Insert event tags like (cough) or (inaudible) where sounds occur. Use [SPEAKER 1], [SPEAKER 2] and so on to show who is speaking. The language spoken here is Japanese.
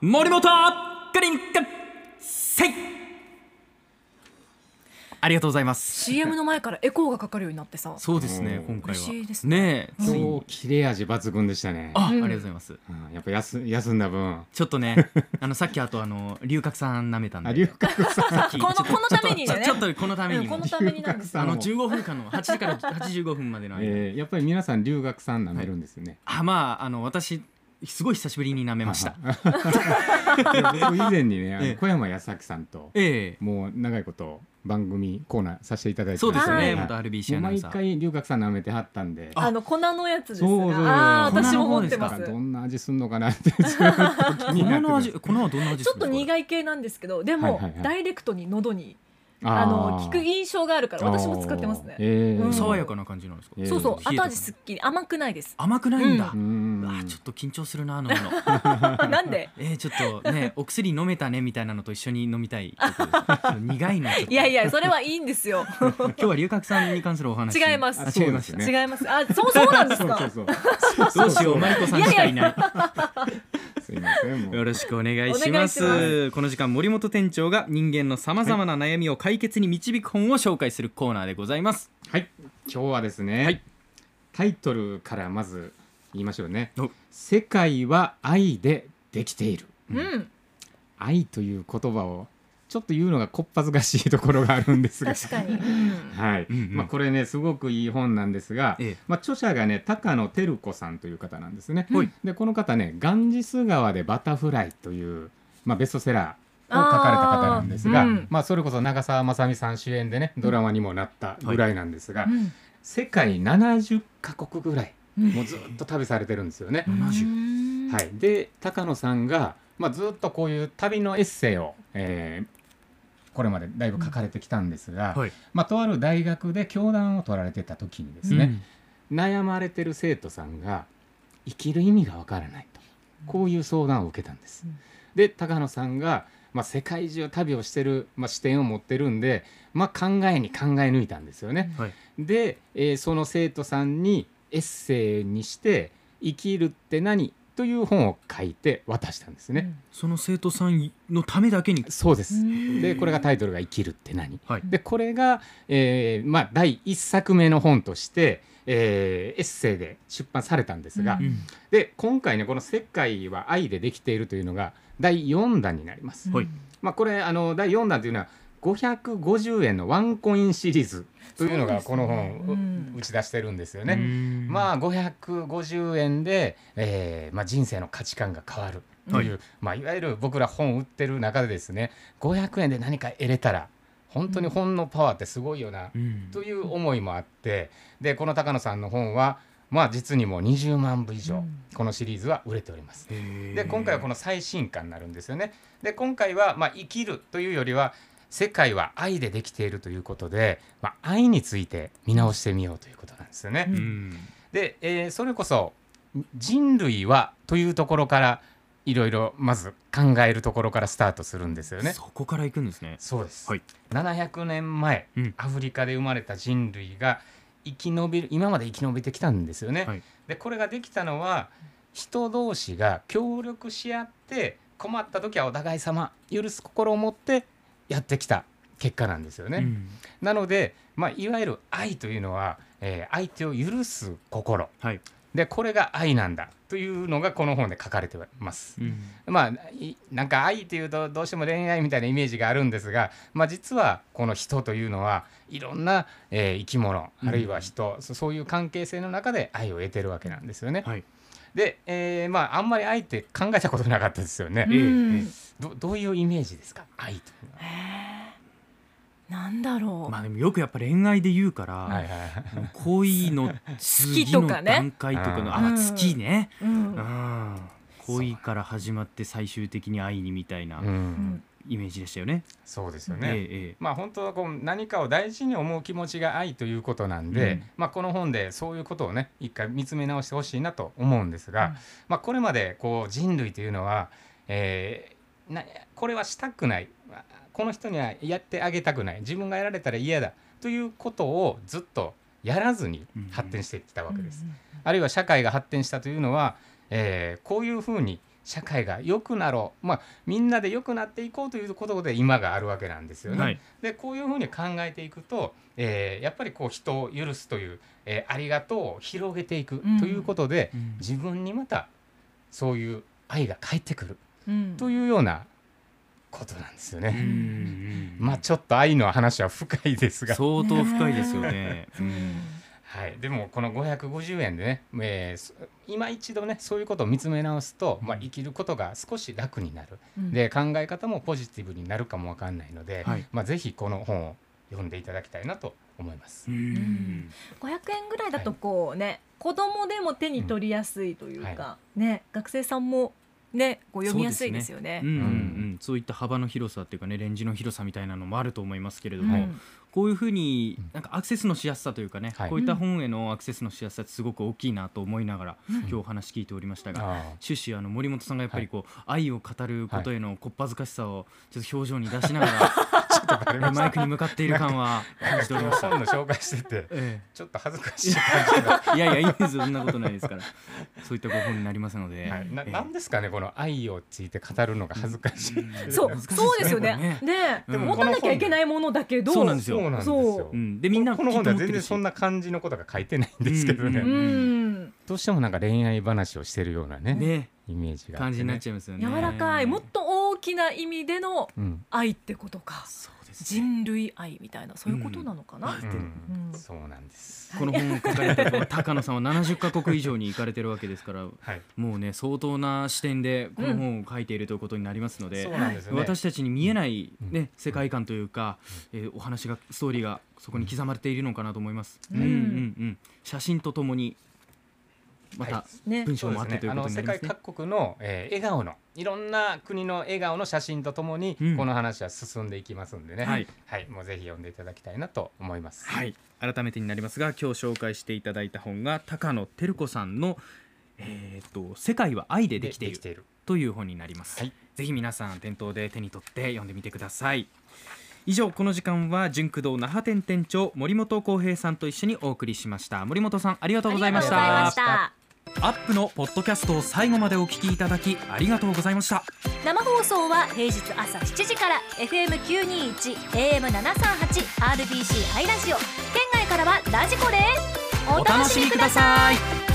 [SPEAKER 1] 森本かりんかせいありがとうございます
[SPEAKER 2] CM の前からエコーがかかるようになってさ
[SPEAKER 1] そうですね
[SPEAKER 3] お
[SPEAKER 1] 今
[SPEAKER 3] ー
[SPEAKER 1] 回は
[SPEAKER 2] 嬉しいです
[SPEAKER 1] ねえつい
[SPEAKER 3] 今
[SPEAKER 1] に
[SPEAKER 3] 日切れ味抜群でしたね。
[SPEAKER 1] ああ
[SPEAKER 2] う
[SPEAKER 1] り
[SPEAKER 2] ん
[SPEAKER 1] がとうございます
[SPEAKER 3] うんやっぱ休休んだ分。
[SPEAKER 1] ちょっと
[SPEAKER 2] (laughs)
[SPEAKER 1] ねあのさっきあとあの龍角散舐めたん
[SPEAKER 3] あ、
[SPEAKER 1] で
[SPEAKER 3] 龍角さん。
[SPEAKER 1] さっき
[SPEAKER 2] この
[SPEAKER 1] ちょっと
[SPEAKER 2] このためにね
[SPEAKER 1] ちょっとちょっとこのため
[SPEAKER 2] う
[SPEAKER 1] に
[SPEAKER 2] んこ
[SPEAKER 1] も
[SPEAKER 2] のためになんです
[SPEAKER 3] た
[SPEAKER 1] あ
[SPEAKER 3] め
[SPEAKER 1] の
[SPEAKER 3] にも
[SPEAKER 1] 15分間の8時から85分までの間
[SPEAKER 3] えー、やっぱり皆さん龍角さん舐めるんですよね。
[SPEAKER 1] あまああの私すごい久しぶりに舐めました
[SPEAKER 3] (laughs) で僕以前にね、あ
[SPEAKER 1] ええ
[SPEAKER 3] の小山康明さんと、
[SPEAKER 1] ええ
[SPEAKER 3] もう長いこと番組コーナーさせていただいて
[SPEAKER 1] そうですよ
[SPEAKER 2] は
[SPEAKER 1] ね
[SPEAKER 2] い
[SPEAKER 1] 元
[SPEAKER 3] も
[SPEAKER 1] RBC
[SPEAKER 3] う
[SPEAKER 1] アナウン
[SPEAKER 3] 毎
[SPEAKER 1] サー
[SPEAKER 3] 回龍角さん舐めてはったんで。
[SPEAKER 2] あの粉のやつです
[SPEAKER 3] そうそうそう
[SPEAKER 2] があー
[SPEAKER 1] 粉の
[SPEAKER 2] 私も持ってます
[SPEAKER 3] なんかど
[SPEAKER 2] ち
[SPEAKER 3] んな味すんのか
[SPEAKER 1] (laughs)
[SPEAKER 3] なってずっと気に
[SPEAKER 1] 粉
[SPEAKER 3] なって
[SPEAKER 1] の
[SPEAKER 3] ま
[SPEAKER 1] 味
[SPEAKER 3] す
[SPEAKER 1] 粉はどんな味です
[SPEAKER 2] ょっと苦い系なんですけどでも、
[SPEAKER 3] はいはいはい
[SPEAKER 2] ダイレクトに喉に
[SPEAKER 3] あ
[SPEAKER 2] あの効く
[SPEAKER 3] ー
[SPEAKER 2] 印象があるから私も使ってますね
[SPEAKER 3] あ、ーえー
[SPEAKER 2] うん
[SPEAKER 1] 爽やかな感じなんですか、
[SPEAKER 3] えー
[SPEAKER 2] そうそう
[SPEAKER 1] 冷えた
[SPEAKER 2] 後味すっきり甘くないです
[SPEAKER 1] 甘くないんだ、
[SPEAKER 3] う
[SPEAKER 1] あ
[SPEAKER 3] ん
[SPEAKER 1] ーちょっと緊張するな飲むの
[SPEAKER 2] なんで
[SPEAKER 1] えー、ちょっとねお薬飲めたねみたいなのと一緒に飲みたいとこです苦いのちょっと
[SPEAKER 2] いやいやそれはいいんですよ
[SPEAKER 1] 今日は龍角さんに関するお話
[SPEAKER 2] 違います
[SPEAKER 1] あ違いました
[SPEAKER 3] ね
[SPEAKER 2] 違いますあそうそうなんです
[SPEAKER 3] そう
[SPEAKER 2] か
[SPEAKER 3] そうそ
[SPEAKER 1] ど
[SPEAKER 3] う。
[SPEAKER 1] うしようマリコさんしかいない
[SPEAKER 3] すいません。もう
[SPEAKER 1] よろしくお願いし
[SPEAKER 2] お
[SPEAKER 1] ま
[SPEAKER 2] 願い
[SPEAKER 1] す
[SPEAKER 2] しま
[SPEAKER 1] この時間森本店長が人間のさまざまな悩みを解決に導く本を紹介するコーナーでございます、
[SPEAKER 3] はい、今日はですね、
[SPEAKER 1] はい
[SPEAKER 3] タイトルからまず言いましょうね
[SPEAKER 1] お。
[SPEAKER 3] 世界は愛でできている。
[SPEAKER 2] うん
[SPEAKER 3] 愛という言葉をちょっと言うのがこっぱずかしいところがあるんですが。
[SPEAKER 2] 確かに、うん
[SPEAKER 3] はい、
[SPEAKER 1] うんうん
[SPEAKER 3] まあ、これねすごくいい本なんですが、
[SPEAKER 1] ええ
[SPEAKER 3] まあ、著者がね高野照子さんという方なんですね、
[SPEAKER 1] はい
[SPEAKER 3] でこの方ね「ガンジス川でバタフライ」という、まあ、ベストセラーを書かれた方なんですが
[SPEAKER 2] あーうん
[SPEAKER 3] まあ、それこそ長澤まさみさん主演でねドラマにもなったぐらいなんですが、
[SPEAKER 2] うん
[SPEAKER 3] 世界70カ国ぐらいもうずっと旅されてるんですよね。
[SPEAKER 1] 70
[SPEAKER 3] は、い、で高野さんが、まあ、ずっとこういう旅のエッセイを、えーこれまでだいぶ書かれてきたんですが、
[SPEAKER 1] はい
[SPEAKER 3] まあ、とある大学で教壇を取られてた時にですね、悩まれてる生徒さんが生きる意味がわからないとこういう相談を受けたんです。
[SPEAKER 2] うん
[SPEAKER 3] で高野さんが、まあ、世界中旅をしてる、まあ、視点を持ってるんで、まあ、考えに考え抜いたんですよね。
[SPEAKER 1] はい
[SPEAKER 3] で、えーその生徒さんにエッセイにして「生きるって何?」という本を書いて渡したんですね。
[SPEAKER 1] その生徒さんのためだけに
[SPEAKER 3] そうで
[SPEAKER 2] う
[SPEAKER 3] す
[SPEAKER 2] ん
[SPEAKER 3] でこれがタイトルが「生きるって何?」
[SPEAKER 1] はい
[SPEAKER 3] でこれが、えーまあ、第1作目の本として、えーエッセイで出版されたんですが、
[SPEAKER 2] うん
[SPEAKER 3] で今回ねこの「世界は愛でできている」というのが第4弾になります。
[SPEAKER 1] はい
[SPEAKER 3] まあ、これあの第4弾というのは550円のワンコインシリーズというのがこの
[SPEAKER 2] そ
[SPEAKER 3] 本
[SPEAKER 2] うですねうん
[SPEAKER 3] う打ち出してるんですよ
[SPEAKER 1] う
[SPEAKER 3] ね。
[SPEAKER 1] ん
[SPEAKER 3] まあ550円で、えーまあ、人生の価値観が変わるという、いまあ、いわゆる僕ら本売ってる中でですね500円で何か得れたら本当に本のパワーってすごいよな、
[SPEAKER 1] うん
[SPEAKER 3] という思いもあってでこの高野さんの本は、まあ、実にもう20万部以上、
[SPEAKER 2] うん
[SPEAKER 3] このシリーズは売れております。
[SPEAKER 1] へー
[SPEAKER 3] で今回はこの最新刊になるんですよね。で今回は、まあ、生きるというよりは世界は愛でできているということで、まあ、愛について見直してみようということなんですよね。
[SPEAKER 1] うん
[SPEAKER 3] で、えーそれこそ人類はというところからいろいろまず考えるところからスタートするんですよね。
[SPEAKER 1] そこから行くんですね
[SPEAKER 3] そうです、
[SPEAKER 1] はい
[SPEAKER 3] 700年前、
[SPEAKER 1] うん
[SPEAKER 3] アフリカで生まれた人類が生き延びる今まで生き延びてきたんですよね。
[SPEAKER 1] はい
[SPEAKER 3] でこれができたのは人同士が協力し合って困った時はお互い様許す心を持ってやってきた結果なんですよね。
[SPEAKER 1] うん
[SPEAKER 3] なので、まあ、いわゆる愛というのは、えー相手を許す心
[SPEAKER 1] はい
[SPEAKER 3] でこれが愛なんだというのがこの本で書かれてます。
[SPEAKER 1] うん
[SPEAKER 3] まあ、いなんか愛っていうとどうしても恋愛みたいなイメージがあるんですが、まあ、実はこの人というのはいろんな、えー生き物あるいは人、そそういう関係性の中で愛を得てるわけなんですよね。
[SPEAKER 1] はい
[SPEAKER 3] で、えーまあ、あんまり愛って考えたことなかったですよね。
[SPEAKER 1] ええ
[SPEAKER 2] うん
[SPEAKER 1] ええ
[SPEAKER 3] どどういうイメージですか愛というのは。
[SPEAKER 2] へーなんだろう、
[SPEAKER 1] まあでもよくやっぱ恋愛で言うから、
[SPEAKER 3] はいはいはい
[SPEAKER 1] もう恋の次
[SPEAKER 2] きと
[SPEAKER 1] の
[SPEAKER 2] かね
[SPEAKER 1] 段階とかの
[SPEAKER 2] うん
[SPEAKER 1] あ好きね、
[SPEAKER 2] うん
[SPEAKER 1] うん、恋から始まって最終的に愛にみたいな
[SPEAKER 3] うん
[SPEAKER 2] うん
[SPEAKER 1] イメージでしたよね。
[SPEAKER 3] そうですよね。
[SPEAKER 1] ええ
[SPEAKER 3] まあ、本当はこう何かを大事に思う気持ちが愛ということなんで、
[SPEAKER 1] うん
[SPEAKER 3] まあ、この本でそういうことをね一回見つめ直してほしいなと思うんです
[SPEAKER 2] う
[SPEAKER 3] が、
[SPEAKER 2] ん
[SPEAKER 3] まあ、これまでこう人類というのは、えーなこれはしたくないこの人にはやってあげたくない自分がやられたら嫌だということをずっとやらずに発展してきたわけです。あるいは社会が発展したというのは、えーこういうふうに社会が良くなろう、まあ、みんなで良くなっていこうということで今があるわけなんですよね。
[SPEAKER 1] はい
[SPEAKER 3] でこういうふうに考えていくと、えーやっぱりこう人を許すという、えーありがとうを広げていく
[SPEAKER 2] うん
[SPEAKER 3] ということで、
[SPEAKER 1] うん
[SPEAKER 3] 自分にまたそういう愛が返ってくる
[SPEAKER 2] うん
[SPEAKER 3] というようなことなんですよ
[SPEAKER 1] う
[SPEAKER 3] ね。
[SPEAKER 1] ん
[SPEAKER 3] まあちょっと愛の話は深いですが、
[SPEAKER 1] 相当深いですよね。うん
[SPEAKER 3] はい、でもこの550円でね、えーそ今一度ねそういうことを見つめ直すと、まあ、生きることが少し楽になる、
[SPEAKER 2] うん
[SPEAKER 3] で考え方もポジティブになるかもわかんないので、
[SPEAKER 1] はい
[SPEAKER 3] まあ、ぜひこの本を読んでいただきたいなと思います。
[SPEAKER 1] うん
[SPEAKER 2] 500円ぐらいだとこうね、子供でも手に取りやすいというか、ね学生さんもねこう読みやすいですよね
[SPEAKER 1] うんうんうん、そういった幅の広さっていうかねレンジの広さみたいなのもあると思いますけれど
[SPEAKER 2] うん
[SPEAKER 1] も、こういうふうになんかアクセスのしやすさというかね、
[SPEAKER 3] はい
[SPEAKER 1] こういった本へのアクセスのしやすさってすごく大きいなと思いながら、今日お話聞いておりましたが。
[SPEAKER 3] あ
[SPEAKER 1] 終始あの森本さんがやっぱりこう、愛を語ることへのこっぱずかしさをちょっと表情に出しなが
[SPEAKER 3] ーちょっとバレ
[SPEAKER 1] ら
[SPEAKER 3] まし
[SPEAKER 1] マイ
[SPEAKER 3] た
[SPEAKER 1] クに向かっている感は感じておりました。
[SPEAKER 3] 本の紹介してて
[SPEAKER 1] え
[SPEAKER 3] ちょっと恥ずかしい感じが、
[SPEAKER 1] えいやいやいいですそんなことないですからそういったご本になりますので、
[SPEAKER 3] はい、な
[SPEAKER 1] ええ
[SPEAKER 3] なんですかねこの愛をついて語るのが恥ずかしい。
[SPEAKER 2] そう
[SPEAKER 1] 難しいですね
[SPEAKER 2] そうですよ
[SPEAKER 1] これ
[SPEAKER 2] ね
[SPEAKER 1] ね
[SPEAKER 2] ね
[SPEAKER 1] でも
[SPEAKER 2] 持たなきゃいけないものだけど
[SPEAKER 1] そうなんですよ
[SPEAKER 3] そうなんですよ
[SPEAKER 1] う。ん、でみんな
[SPEAKER 3] この本では全
[SPEAKER 1] きっと持ってる
[SPEAKER 3] 然
[SPEAKER 1] し
[SPEAKER 3] そんな感じのことが書いてないんですけどね、
[SPEAKER 1] うん
[SPEAKER 2] うん
[SPEAKER 3] どうしてもなんか恋愛話をしてるようなね
[SPEAKER 1] ね
[SPEAKER 3] イメージがあっ
[SPEAKER 1] 感じ
[SPEAKER 3] てね
[SPEAKER 1] になっちゃいますよね
[SPEAKER 2] 柔らかいもっと大きな意味での
[SPEAKER 3] うん
[SPEAKER 2] 愛ってことか
[SPEAKER 1] そうですね
[SPEAKER 2] 人類愛みたいなそういうことなのかな、
[SPEAKER 1] う
[SPEAKER 3] うん
[SPEAKER 2] うん
[SPEAKER 3] そうなんです。
[SPEAKER 1] この本を書かれたと高野さんは70カ国以上に行かれてるわけですから
[SPEAKER 3] はい、
[SPEAKER 1] もうね相当な視点でこの本を書いているということになりますので、
[SPEAKER 3] そうなんですよね。
[SPEAKER 1] 私たちに見えない、
[SPEAKER 3] うん
[SPEAKER 1] ね世界観というか、えーお話がストーリーがそこに刻まれているのかなと思います、
[SPEAKER 2] うん
[SPEAKER 1] うんうんうん写真とともにまた、
[SPEAKER 3] は
[SPEAKER 2] ね
[SPEAKER 1] 文章
[SPEAKER 3] そうで
[SPEAKER 1] もあ
[SPEAKER 3] す
[SPEAKER 1] って
[SPEAKER 3] ね
[SPEAKER 1] とい。う
[SPEAKER 3] あ
[SPEAKER 1] こと
[SPEAKER 3] の
[SPEAKER 1] になりますね
[SPEAKER 3] 世界各国の、えー、笑顔のいろんな国の笑顔の写真とともに、
[SPEAKER 1] うん
[SPEAKER 3] この話は進んでいきますんでね。
[SPEAKER 1] はい、
[SPEAKER 3] もうぜひ読んでいただきたいなと思います。
[SPEAKER 1] はい、改めてになりますが今日紹介していただいた本が高野照子さんの「えー、と世界は愛でできている」という本になります、
[SPEAKER 3] はい
[SPEAKER 1] ぜひ皆さん店頭で手に取って読んでみてください以上この時間は純駆動那覇店店長森本浩平さんと一緒にお送りしました森本さんありがとうございまし
[SPEAKER 2] ありがとうござい
[SPEAKER 1] た
[SPEAKER 2] ました
[SPEAKER 1] アップのポッドキャストを最後までお聞きいただきありがとうございました
[SPEAKER 2] 生放送は平日朝7時から FM921 AM738 RBC ハイラジオ県外からはラジコですお楽しみください
[SPEAKER 1] さい